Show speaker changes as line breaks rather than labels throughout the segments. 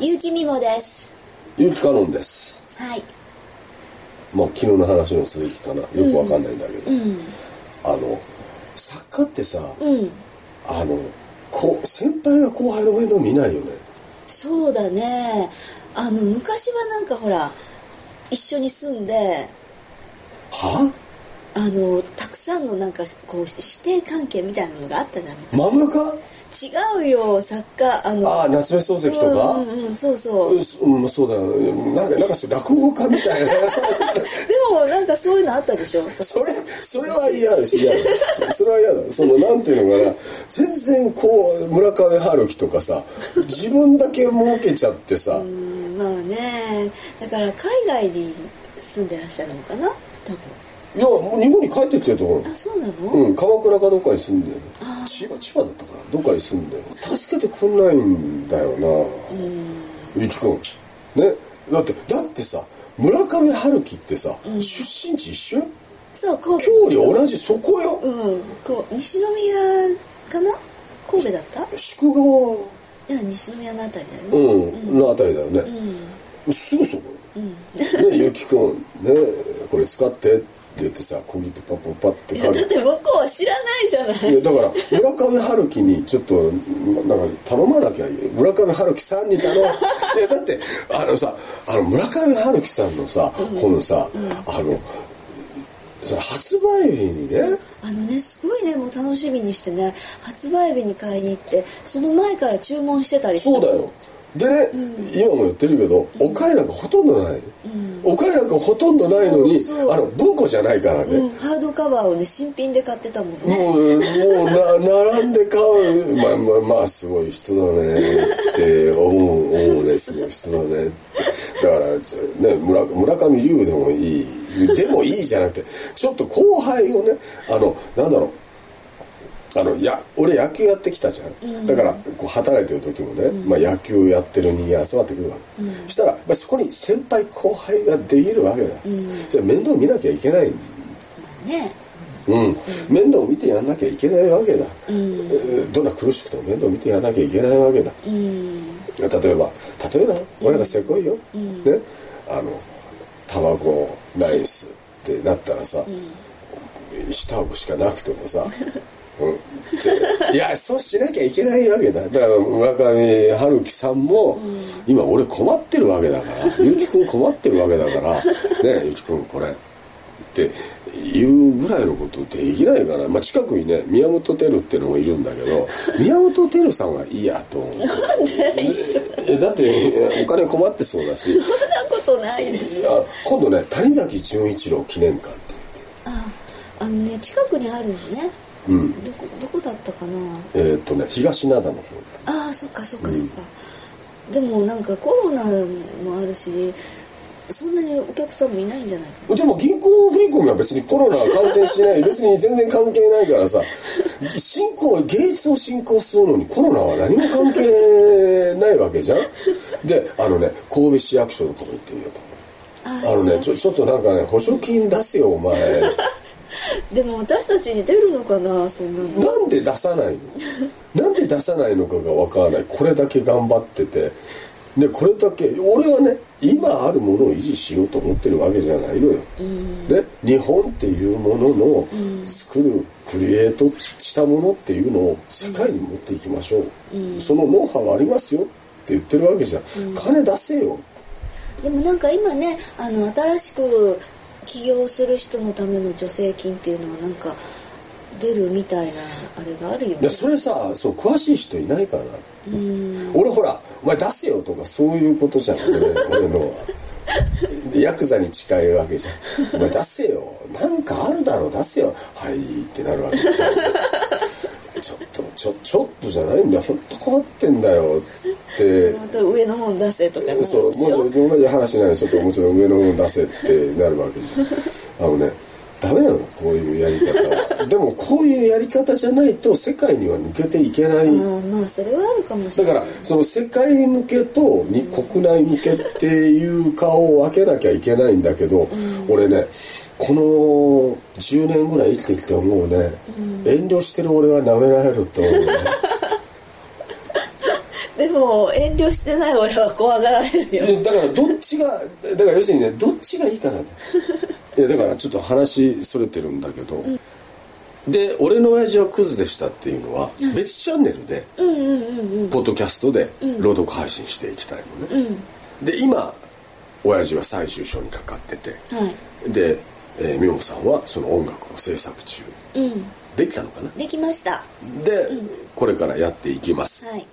ゆうきみもです
ゆきかのんです
はい
まあ昨日の話の続きかなよくわかんないんだけど、あの作家ってさ
うんうん
あのこう先輩が後輩の面倒見ないよね
そうだねあの昔はなんかほら一緒に住んで
は
あのたくさんのなんかこう師弟関係みたいなのがあったじゃん
漫画家
違うよ作家あの
ああ夏目漱石とか、
うんうんうんそうそう、
う
で
んそうん、そうだよなんかなんかそれ落語家みたいな
もなんかそういうのあったでしょ
それそれは嫌だし嫌だそそれは嫌だそのなんていうのかな全然こう村上春樹とかさ自分だけ儲けちゃってさ、
うんまあねだから海外に住んでらっしゃるのかな多分
いやもう日本に帰ってきてると思う
あそうなの、
うん、鎌倉かどっかに住んで千葉千葉だったかなどっかに住んで助けてくんないんだよなゆきくんねだってだってさ村上春樹ってさ、出身地一緒よ
そう神戸
今日よ同じそこよ、
うんこう西宮かな神戸だったい
宿川
や西宮のあたりだよね、
うん、のあたりだよね、すぐそこ、ねゆきくんねこれ使ってって言ってさ小切手パッパッパッって
い
書
や
いて
だって向こうは知らないじゃない
いやだから村上春樹にちょっとなんか頼まなきゃいい村上春樹さん に頼むいやだってあのさあの村上春樹さんのさ本さ、あのその発売日にね
あのねすごいねもう楽しみにしてね発売日に買いに行ってその前から注文してたりして
そうだよでね、今も言ってるけどお金なんかほとんどない、お金なんかほとんどないのに
そうそう
あの文庫じゃないからね、
うん、ハードカバーをね新品で買ってたもんね
もう、もうな、並んで買う。まあまあまあ、すごい人だねって思う、思うね、すごい人だねって。だから、ちょね、村村上龍でもいい。でもいいじゃなくて、ちょっと後輩をね、あの、なんだろう。あのや俺野球やってきたじゃん、だからこう働いてる時もね、まあ、野球やってる人間集まってくるわけ、したら、まあ、そこに先輩後輩ができるわけだ、それ面倒見なきゃいけない
ね
うん、面倒を見てやんなきゃいけないわけだ、えーどんな苦しくても面倒を見てやんなきゃいけないわけだ、例えば例えば俺がせこいよ、ねあのタバコライスってなったらさ、下顎しかなくてもさ うんっていやそうしなきゃいけないわけだだから村上春樹さんも、今俺困ってるわけだから結城君困ってるわけだからねゆき君これっていうぐらいのことできないかな、まあ、近くにね宮本照ってのもいるんだけど宮本照さんはいいやと思うえだってお金困ってそうだし
そんなことないでしょ
あ今度ね谷崎潤一郎記念館って言って
ああのね近くにあるのね、うん、どこどこだったかな
えーっ、とね東灘の方
ああそっかそっかそっか、でもなんかコロナもあるしそんなにお客さんもいないんじゃないか
でも銀行振り込みは別にコロナは感染し ない別に全然関係ないからさ進行芸術を進行するのにコロナは何も関係ないわけじゃんであのね神戸市役所とかも行ってみようと
な
思うあのねち
そ
ょちょっとなんかね補助金出せよお前
うでも私たちに出るのかなそんなの
なんで出さないのなんで出さないのかがわからないこれだけ頑張っててでこれだけ俺はね今あるものを維持しようと思ってるわけじゃないのよ、ね、日本っていうものの作るクリエイトしたものっていうのを世界に持っていきましょう、そのノウハウありますよって言ってるわけじゃん、金出せよ
でもなんか今ねあの新しく起業する人のための助成金っていうのはなんか出るみたいなあれがあるよ
い
ね
やそれさそう詳しい人いないかな俺ほら「お前出せよ」とかそういうことじゃん俺俺のは でヤクザに近いわけじゃん「お前出せよなんかあるだろう出せよ」「はい」ってなるわけだちょっとちょちょっとじゃないんだよ本当困ってんだよって
また上の本出せとか なるでし
そうもうちょ
ょ
っと同じ話ならちょっともうちょっと上の方出せってなるわけじ ゃんあのねダメなのこういうやり方はでもこういうやり方じゃないと世界には抜けていけな
あ
い、
ーまあそれはあるかもし
だ
れな
か
い
らその世界向けとに国内向けっていう顔を分けなきゃいけないんだけど、俺ねこの10年ぐらい生きてきて思うね、遠慮してる俺は舐められると思うね
でももう遠慮してない俺は怖がられるよ
だからどっちがだから要するにねどっちがいいかな んだよいやだからちょっと話それてるんだけど、で「俺の親父はクズでした」っていうのは別チャンネルで、
うんうんうんうん
ポッドキャストで朗読配信していきたいのね、で今親父は最終章にかかってて、
はい
で、えー、美穂さんはその音楽を制作中
うん
できたのかな
できました
で、これからやっていきます
はい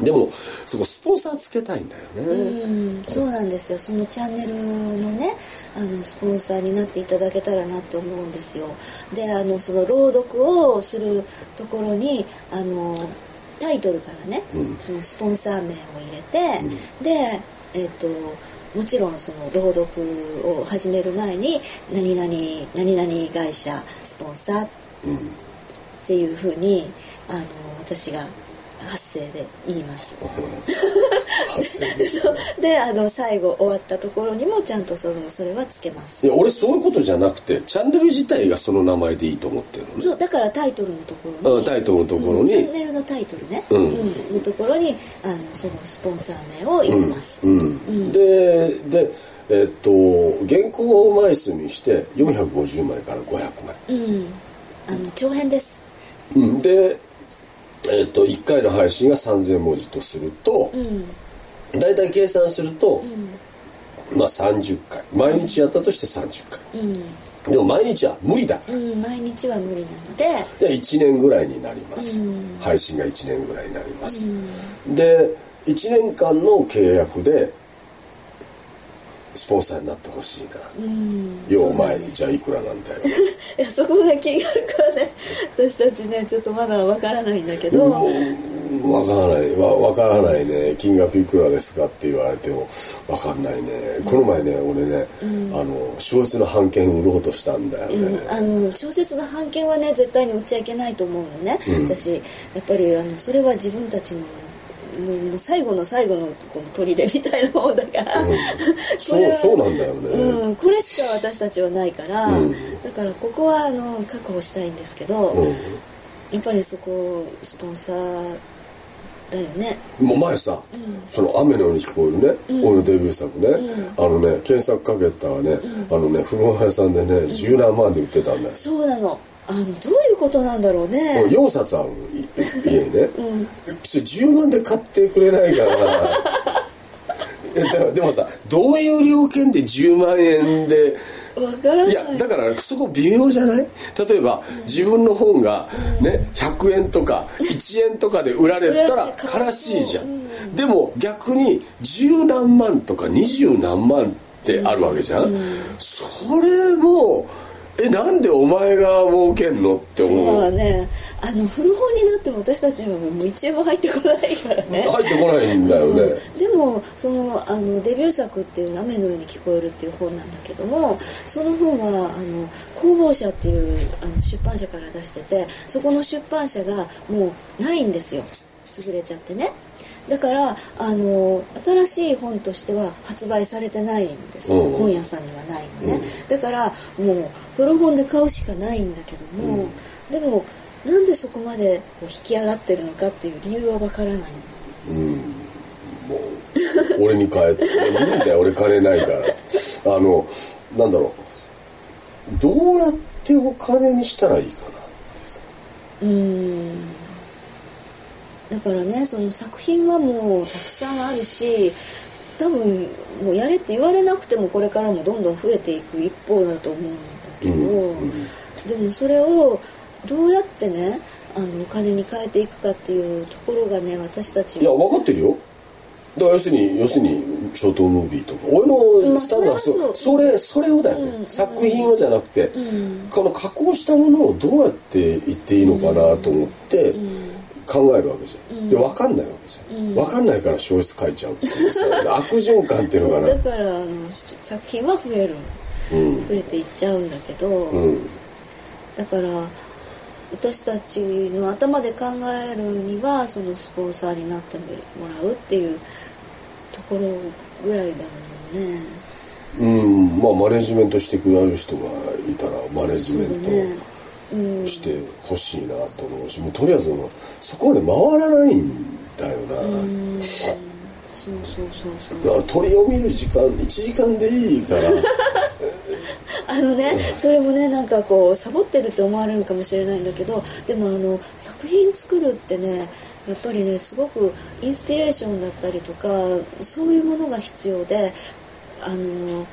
でもそこスポンサーつけたいんだよね、
うんそうなんですよそのチャンネルのねあのスポンサーになっていただけたらなって思うんですよであのその朗読をするところにあのタイトルからね、そのスポンサー名を入れて、でえっ、ともちろんその朗読を始める前に「何々何々会社スポンサー」っていうふうにあの私が発声で言います
発声
そうであの最後終わったところにもちゃんとそのそれはつけます
いや俺そういうことじゃなくてチャンネル自体がその名前でいいと思ってるのね
そうだからタイトルのところ
あ
に
タイトルのところ
うん
に
チャンネルのタイトルね、
うん
のところにあのそのスポンサー名を入れます、
うん、ででえっと原稿を枚数にして450枚から500枚、
うんあの長編です
うん、でえっと1回の配信が3000文字とすると
うん
大体計算すると、まあ30回毎日やったとして30回
う
でも毎日は無理だから
ん、うん、毎日は無理なので
じゃあ1年ぐらいになります、
うん
配信が1年ぐらいになります、で1年間の契約でスポンサーになってほしいな、
うん
要
そうなん
前
です
じゃあいくらなんだよ
いやそこの金額はね私たちねちょっとまだわからないんだけど、
わからないわわからないね金額いくらですかって言われてもわかんないねこの前ね俺ね、あの小説の版権売ろうとしたんだよね、
うん、あの小説の版権はね絶対に売っちゃいけないと思うのね、私やっぱりあのそれは自分たちのもうもう最後の最後のこの砦みたいなもんだから、 こ
そ
れ
う
は
そうなんだよね、
うん、これしか私たちはないから、
うん
だからここはあの確保したいんですけど、
うん
やっぱりそこスポンサーだよね
もう前さ、その雨のように聞こえるね、俺のデビュー作ね、あのね検索かけたらね、あのね古本屋さんでね十何万で売ってたんです、
そうなのあのどういうことなんだろうね
4冊あるのい家にね、それ10万で買ってくれないかなえだからでもさどういう料金で10万円で
わからない
いやだからそこ微妙じゃない例えば、自分の本が、ね、100円とか1円とかで売られたら
それは
悲しいじゃん、
う
でも逆に十何万とか二十何万ってあるわけじゃん、それもえなんでお前が儲けんのって思う、
今はねあの古本になっても私たちはもう1円も入ってこないからね
入ってこないんだよね、
でもそのあのデビュー作っていう「雨のように聞こえる」っていう本なんだけどもその本はあの工房社っていうあの出版社から出しててそこの出版社がもうないんですよ潰れちゃってねだからあの新しい本としては発売されてないんです、
うん
本屋さんにはないのね、だからもう古本で買うしかないんだけども、でもなんでそこまでこう引き上がってるのかっていう理由はわからないの
俺に変えて無理だよ俺金ないからあのなんだろうどうやってお金にしたらいいかなってさ
うーんだからねその作品はもうたくさんあるし多分もうやれって言われなくてもこれからもどんどん増えていく一方だと思うんだけど、でもそれをどうやってねあのお金に変えていくかっていうところがね私たち
いや分かってるよだから要するに要するにショートムービーとか俺
ま
の
あ
スタンドは
それ
そ
は
そ
そう
れそれをだよね、
うん
作品をじゃなくて、
ん
この加工したものをどうやって言っていいのかなと思って考えるわけじゃん、で分かんないわけじゃん、分かんないから小説書いちゃうってい うさ悪循環っていうのかな
だからあの作品は増える
うん
増えていっちゃうんだけど、
うん
だから私たちの頭で考えるにはそのスポンサーになってもらうっていうところぐらいだもんね
うんまあマネジメントしてくれる人がいたらマネジメン
ね
トしてほしいなと思うしもうとりあえずもうそこまで回らないんだよな、
うんそうそうそうそう
あ鳥を見る時間1時間でいいから
あのねそれもねなんかこうサボってるって思われるかもしれないんだけどでもあの作品作るってねやっぱりねすごくインスピレーションだったりとかそういうものが必要であの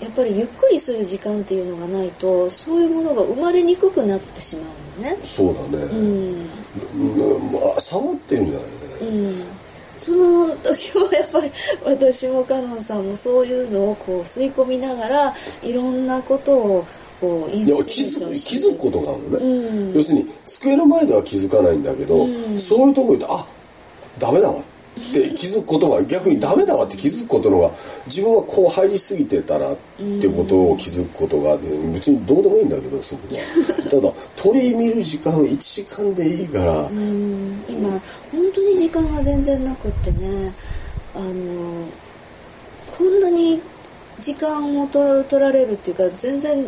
やっぱりゆっくりする時間っていうのがないとそういうものが生まれにくくなってしまうのね
そうだね、
うん
うんまあ、サボってるんじゃないね
うんその時はやっぱり私もカノンさんもそういうのをこう吸い込みながらいろんなことをこうイン
いや
スピレー
気
シ
づ
ョ
く
ンし
気づくことがあるのね、要するに机の前では気づかないんだけど、
うん
そういうとこ行ってあダメだわって気づくことが逆にダメだわって気づくことのが自分はこう入りすぎてたなっていうことを気づくことが、別にどうでもいいんだけどそこ はただ鳥見る時間1時間でいいから、
うん今本当に時間が全然なくってねあのこんなに時間を取ら取られるっていうか全然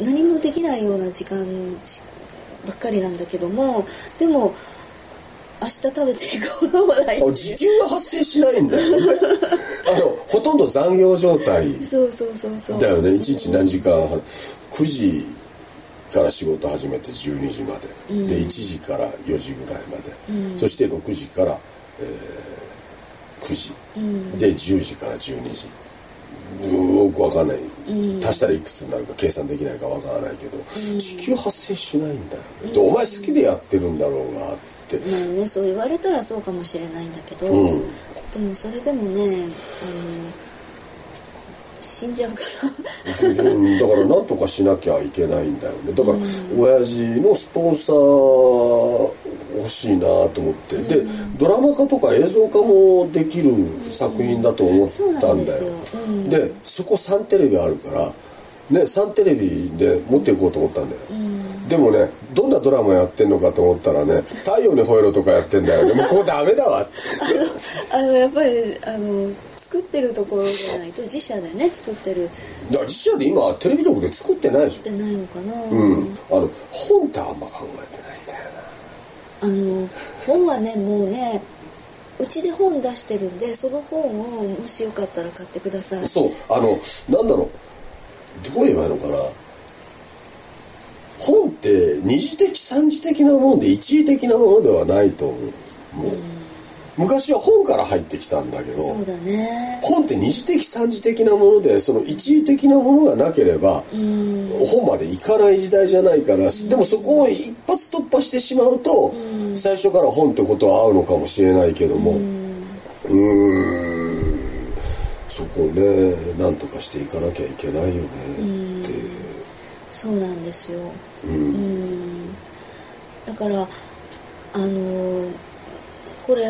何もできないような時間しばっかりなんだけどもでも明日食べていこうともない
あ時給が発生しないんだよねあのほとんど残業状態
そうそうそうそう
だよね1日何時間9時から仕事始めて12時まで、
うん
で1時から4時ぐらいまで、
うん
そして6時から、えー9
うん
時で10時から12時うーよくわかんない、
うん
足したらいくつになるか計算できないかわからないけど、地球発生しないんだよね、でお前好きでやってるんだろうなって、
まあねそう言われたらそうかもしれないんだけど、
うん
でもそれでもねあの死んじゃうから
うんだからなんとかしなきゃいけないんだよねだから親父のスポンサー欲しいなと思って、でドラマ化とか映像化もできる作品だと思ったんだよ、
そうなんです
でそこ3テレビあるから、ね、3テレビで持っていこうと思ったんだよ、でもねどんなドラマやってんのかと思ったらね「太陽にほえろ」とかやってんだよねもうここダメだわって
あのやっぱりあの作ってるところじゃないと自社でね作ってるっ
だから自社で今テレビ局で作ってないでしょ
てないのかな、
うん、あの本ってあんま考えてないんだよな
あの本はねもうねうちで本出してるんでその本をもしよかったら買ってください
そうあのなんだろうどう言えばいいのかな本って二次的三次的なもんで一時的なものではないと思うもう昔は本から入ってきたんだけど
そうだね
本って二次的三次的なものでその一時的なものがなければ
うん
本までいかない時代じゃないから、でもそこを一発突破してしまうと、最初から本ってことは合うのかもしれないけどもうーんそこをねなんとかしていかなきゃいけないよねって、
そうなんですよ
うん
うんだからあのーこれ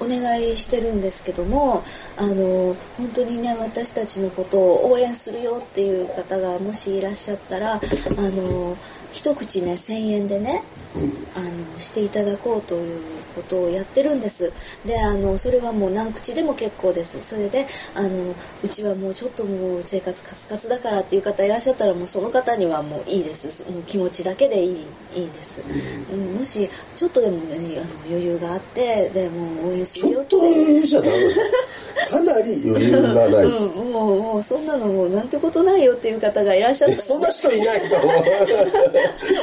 お願いしてるんですけどもあのー本当にね私たちのことを応援するよっていう方がもしいらっしゃったらあのー一口ね1000円でねあのしていただこうということをやってるんですであのそれはもう何口でも結構ですそれであのうちはもうちょっともう生活カツカツだからっていう方いらっしゃったらもうその方にはもういいですもう気持ちだけでいいいいです、うん、もしちょっとでも、ね、あの余裕があってでもう応援す
ち
るよ
ょっ
って
と余裕じゃダメかなり余裕がない、
うん、もうもうそんなのもうなんてことないよっていう方がいらっしゃっ
え
たら
そんな人いないと思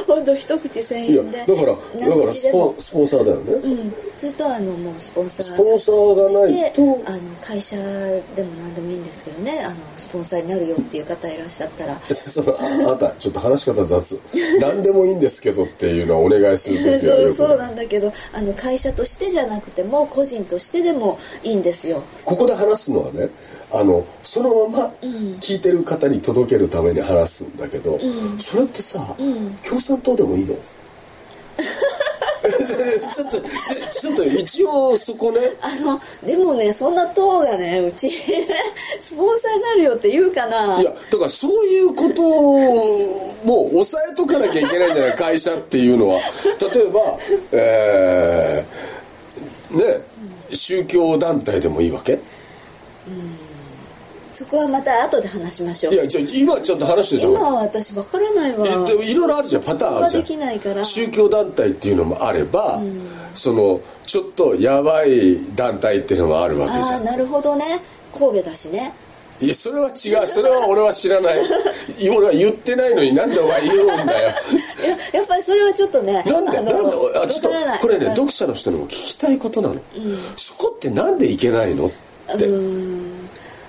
本当一口1000
ういや
円で
だからだから
何口
ス
でも
ポンスポンサーだよね、
うん、それとあのもうスポンサー
スポンサーがないと
あの会社でも何でもいいんですけどねあのスポンサーになるよっていう方いらっしゃったら
そのああなたちょっと話し方雑何でもいいんですけどっていうのはお願いする時 は
そ
よ
う
く
そうなんだけどあの会社としてじゃなくても個人としてでもいいんですよ
ここで話すのはねあのそのまま聞いてる方に届けるために話すんだけど、それってさ、共産党でもいいの ちょっとちょっと一応そこね
あのでもねそんな党がねうち スポンサーになるよって言うかない
やだからそういうことも抑えとかなきゃいけないんじゃない会社っていうのは例えばえーね宗教団体でもいいわけ
そこはまた後で話しましょう
いやじゃあ今ちょっと話してた
今は私わからないわ
えでもいろいろあるじゃんパターンあるじゃん
そこはできないから
宗教団体っていうのもあれば、えそのちょっとやばい団体っていうのもあるわけじ
あ
ゃ
あ
ん
なるほどね神戸だしね
いやそれは違うそれは俺は知らない俺は言ってないのになんでお前言うんだよ
いややっぱりそれはちょっとね
なんで
あ
なんで
の
あちょ
わ
っ
からない
とこ
わから
れね
ない
読者の人にも聞きたいことなの、そこってなんでいけないのって、
うーん